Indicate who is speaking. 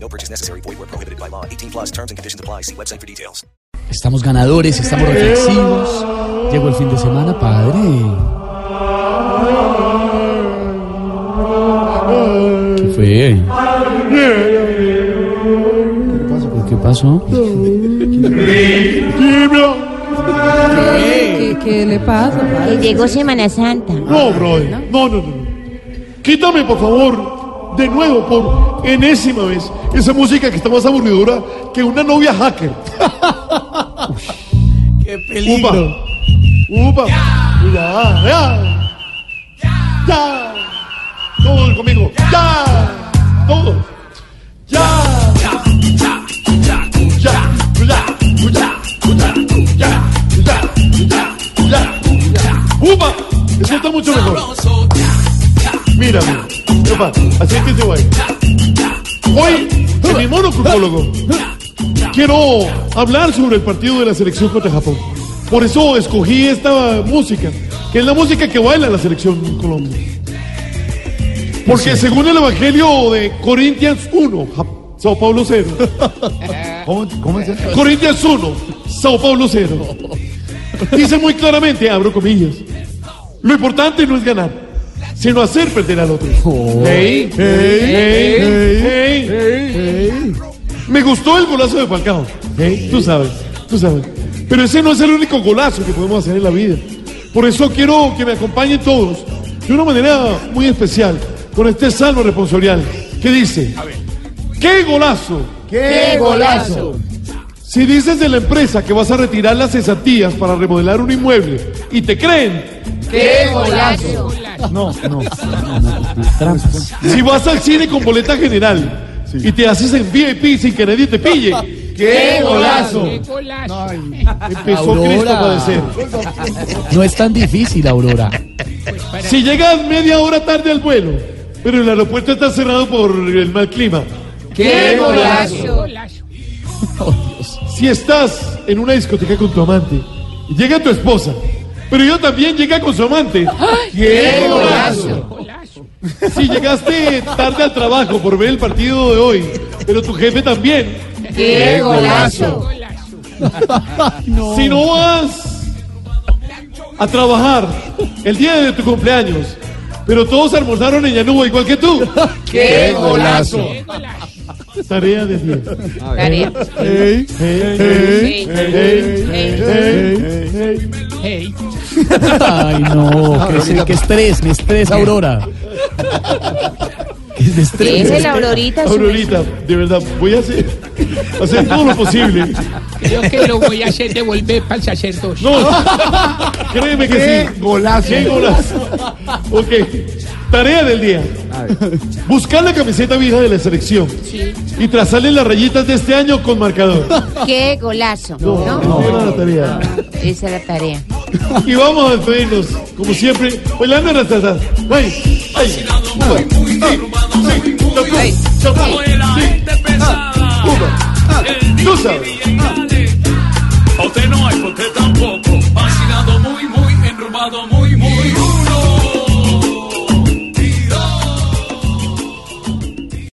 Speaker 1: No purchase necessary. Void where prohibited by law. 18 plus terms and conditions apply. See website for details.
Speaker 2: Estamos ganadores, estamos reflexivos. Llegó el fin de semana, padre. ¿Qué fue? ahí? ¿Qué pasó?
Speaker 3: ¿Qué, qué le pasa? padre?
Speaker 4: Llegó Semana Santa.
Speaker 5: No, brother. No, no, no, no. Quítame, por favor, de nuevo, por enésima vez, esa música que está más aburridora que una novia hacker.
Speaker 2: ¡Qué
Speaker 5: Upa. Upa. Ya. Ya. Ya. Todos conmigo. Ya. Todos. Ya. Ya. Ya. Ya. Ya. Ya. Ya. Ya. Ya. Upa. Eso está mucho mejor. Mira, mira. Upa. Así es que se va. a ir. Hoy, en mi monocrucólogo, quiero hablar sobre el partido de la selección contra Japón. Por eso escogí esta música, que es la música que baila la selección Colombia. Porque según el Evangelio de Corintias 1, Ja- Sao Paulo 0. Corintias 1, Sao Paulo 0. Dice muy claramente, abro comillas, lo importante no es ganar, sino hacer perder al otro. Ey, ey, ey, ey. Me gustó el golazo de Falcao. Tú sabes, tú sabes. Pero ese no es el único golazo que podemos hacer en la vida. Por eso quiero que me acompañen todos de una manera muy especial con este salmo responsorial que dice, ¡qué golazo!
Speaker 3: ¡Qué golazo!
Speaker 5: Si dices de la empresa que vas a retirar las cesantías para remodelar un inmueble y te creen,
Speaker 3: ¡Qué golazo!
Speaker 2: Trampas.
Speaker 5: si vas al cine con boleta general y te haces en VIP sin que nadie te pille,
Speaker 3: ¡Qué golazo!
Speaker 5: empezó
Speaker 2: Aurora.
Speaker 5: Cristo a padecer.
Speaker 2: No es tan difícil, Aurora.
Speaker 5: Si llegas media hora tarde al vuelo, pero el aeropuerto está cerrado por el mal clima.
Speaker 3: ¡Qué golazo!
Speaker 5: Oh, Si estás en una discoteca con tu amante, y llega tu esposa, pero yo también llega con su amante.
Speaker 3: ¡Qué golazo!
Speaker 5: Si llegaste tarde al trabajo por ver el partido de hoy, pero tu jefe también.
Speaker 3: ¡Qué golazo!
Speaker 5: Si no vas a trabajar el día de tu cumpleaños, pero todos almorzaron en Yanuba igual que tú.
Speaker 3: ¡Qué golazo!
Speaker 5: Tarea de 10.
Speaker 3: Tarea.
Speaker 5: Hey, hey, hey, hey, hey, hey.
Speaker 2: Ay, no. Qué, es- qué estrés, me estresa, Aurora. Qué es de
Speaker 4: ¿Qué
Speaker 2: estrés.
Speaker 4: es el Aurorita? su
Speaker 5: Aurorita, de verdad, voy a hacer, hacer todo lo posible.
Speaker 6: Creo que lo voy a hacer devolver para el sacerdote.
Speaker 5: No, créeme que sí. Golazo. Qué golazo. Ok, tarea del día. Buscar la camiseta vieja de la selección y trazarle las rayitas de este año con marcador.
Speaker 4: ¡Qué golazo! ¿No?
Speaker 5: Era la tarea.
Speaker 4: Esa es la tarea.
Speaker 5: Y vamos a despedirnos, como siempre, Pues, bailando las tazas. ¡Ay! ¡Ay! ¡Upa! ¡Sí! ¡Sí! ¡Chapú! ¡Chapú!
Speaker 7: eh,
Speaker 5: ¡Sí! ¡Ah! ¡Upa! ¡Ah! ¡Tú sabes!
Speaker 7: A usted no hay, porque tampoco. Vacilado muy, muy, enrumado muy, muy.